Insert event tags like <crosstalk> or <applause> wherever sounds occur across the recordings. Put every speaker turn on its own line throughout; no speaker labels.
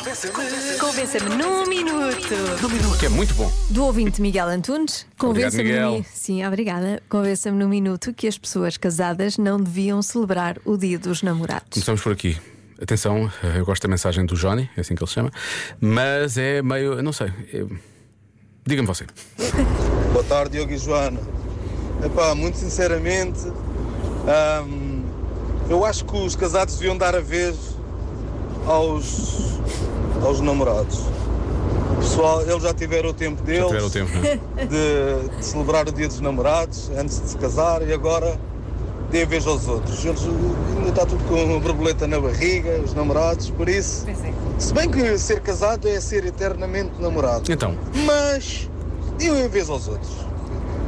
Convença-me.
Convença-me num minuto.
No minuto é muito bom.
Do ouvinte Miguel Antunes, convença-me
Miguel.
num mi- Sim, obrigada. Convença-me num minuto que as pessoas casadas não deviam celebrar o dia dos namorados.
Começamos por aqui. Atenção, eu gosto da mensagem do Johnny, é assim que ele se chama, mas é meio. eu Não sei. é- Diga-me você.
Boa tarde, Diogo e Joana. Epá, muito sinceramente, ahm, eu acho que os casados deviam dar a vez aos, aos namorados. O pessoal, eles já tiveram o tempo
Já
deles
tiveram tempo,
<laughs>
não é?
de, de celebrar o dia dos namorados antes de se casar e agora dê a vez aos outros. Eles uh, ainda está tudo com a borboleta na barriga, os namorados, por isso. Se bem que ser casado é ser eternamente namorado
Então,
mas de uma vez aos outros.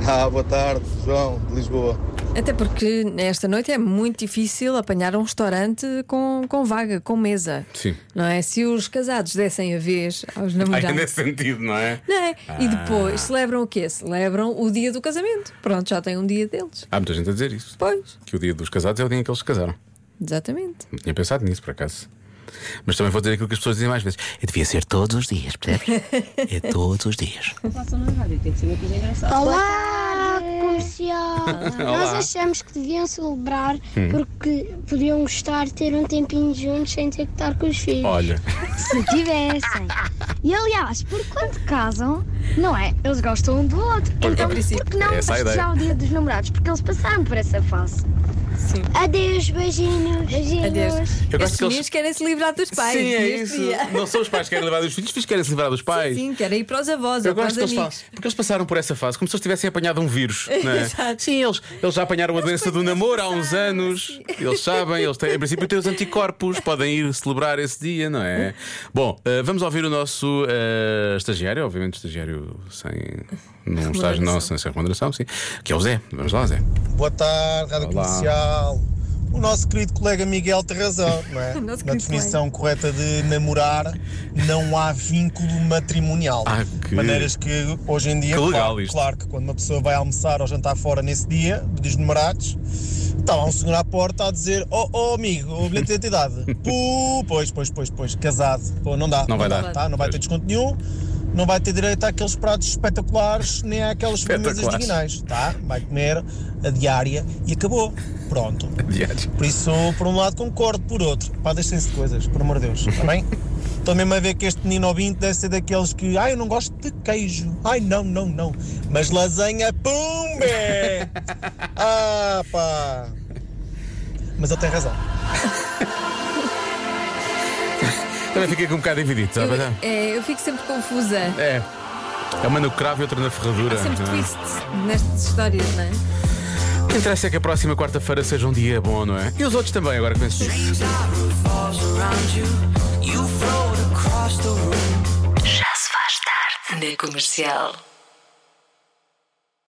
Ah, boa tarde, João, de Lisboa.
Até porque esta noite é muito difícil apanhar um restaurante com, com vaga, com mesa.
Sim.
Não é? Se os casados dessem a vez aos
aí nesse
namorados.
sentido, não é?
Não é? E
Ah.
depois celebram o quê? Celebram o dia do casamento. Pronto, já tem um dia deles.
Há muita gente a dizer isso.
Pois,
Que o dia dos casados é o dia em que eles se casaram.
exatamente.
Não tinha pensado nisso, por acaso. Mas também vou dizer aquilo que as pessoas dizem mais vezes. Eu devia ser todos os dias, percebes? É todos os dias.
Ah,
Olá,
<laughs>
comercial! Nós achamos que deviam celebrar
Hum.
porque podiam gostar de ter um tempinho juntos sem ter que estar com os filhos.
Olha,
Se tivessem. E aliás, por quando casam, não é? Eles gostam um do outro. Então,
princípio.
por que não
Essa é a ideia.
festejar o dia dos namorados? Porque eles passaram por essa fase.
Adeus, beijinhos. Beijinhos.
Adeus.
eu
Estes
gosto que
meninos
eles.
querem se livrar dos pais.
Sim, é
neste
isso.
dia.
Não são os pais que querem livrar dos filhos, os filhos querem se livrar dos pais.
Sim, querem ir para os avós
Eu
ou para
gosto
os
que eles
amigos.
façam, porque eles passaram por essa fase como se eles tivessem apanhado
<laughs>
um vírus. não é?
Exato.
Sim, eles, eles já apanharam a doença do namoro há uns anos. Eles sabem, eles têm, em princípio têm os anticorpos, podem ir celebrar esse dia, não é? Bom, eh, vamos ouvir o nosso eh, estagiário, obviamente estagiário sem num estágio não, sem sem remuneração, sim, que é o Zé. Vamos lá, Zé.
Boa tarde, Rádio
Olá.
Comercial. O nosso querido colega Miguel tem
<laughs>
razão, não é?
Nosso
Na
querido
definição correta de namorar, não há vínculo matrimonial.
Ah, que-
Maneiras que hoje em dia,
Que legal
claro,
isto.
claro que quando uma pessoa vai almoçar ou jantar fora nesse dia, dos namorados, está lá um senhor à porta a dizer: Oh, oh amigo, o bilhete de identidade.
<laughs>
Pô, pois, pois, pois, pois, casado. Pô, não dá.
Não vai dar.
Tá? Não vai ter desconto nenhum. Não vai ter direito àqueles pratos espetaculares, nem àquelas sobremesas
Espetaculares.
divinais mais, tá? Vai comer a diária e acabou. Pronto.
Diário.
Por isso, por um lado concordo, por outro, pá, deixem-se de coisas, por amor de Deus, está bem? Estou mesmo a ver que este menino ouvinte deve ser daqueles que, ai, eu não gosto de queijo, ai, não, não, não, mas lasanha, pumbe! Ah, pá! Mas ele tem razão.
Também fiquei com um bocado dividido, sabe?
Eu, é, eu fico sempre confusa.
É. É uma no cravo e outra na ferradura.
Sempre
não é?
twist nestas histórias, não é?
O que interessa é que a próxima quarta-feira seja um dia bom, não é? E os outros também, agora que penso nisso.
Já se faz tarde na comercial.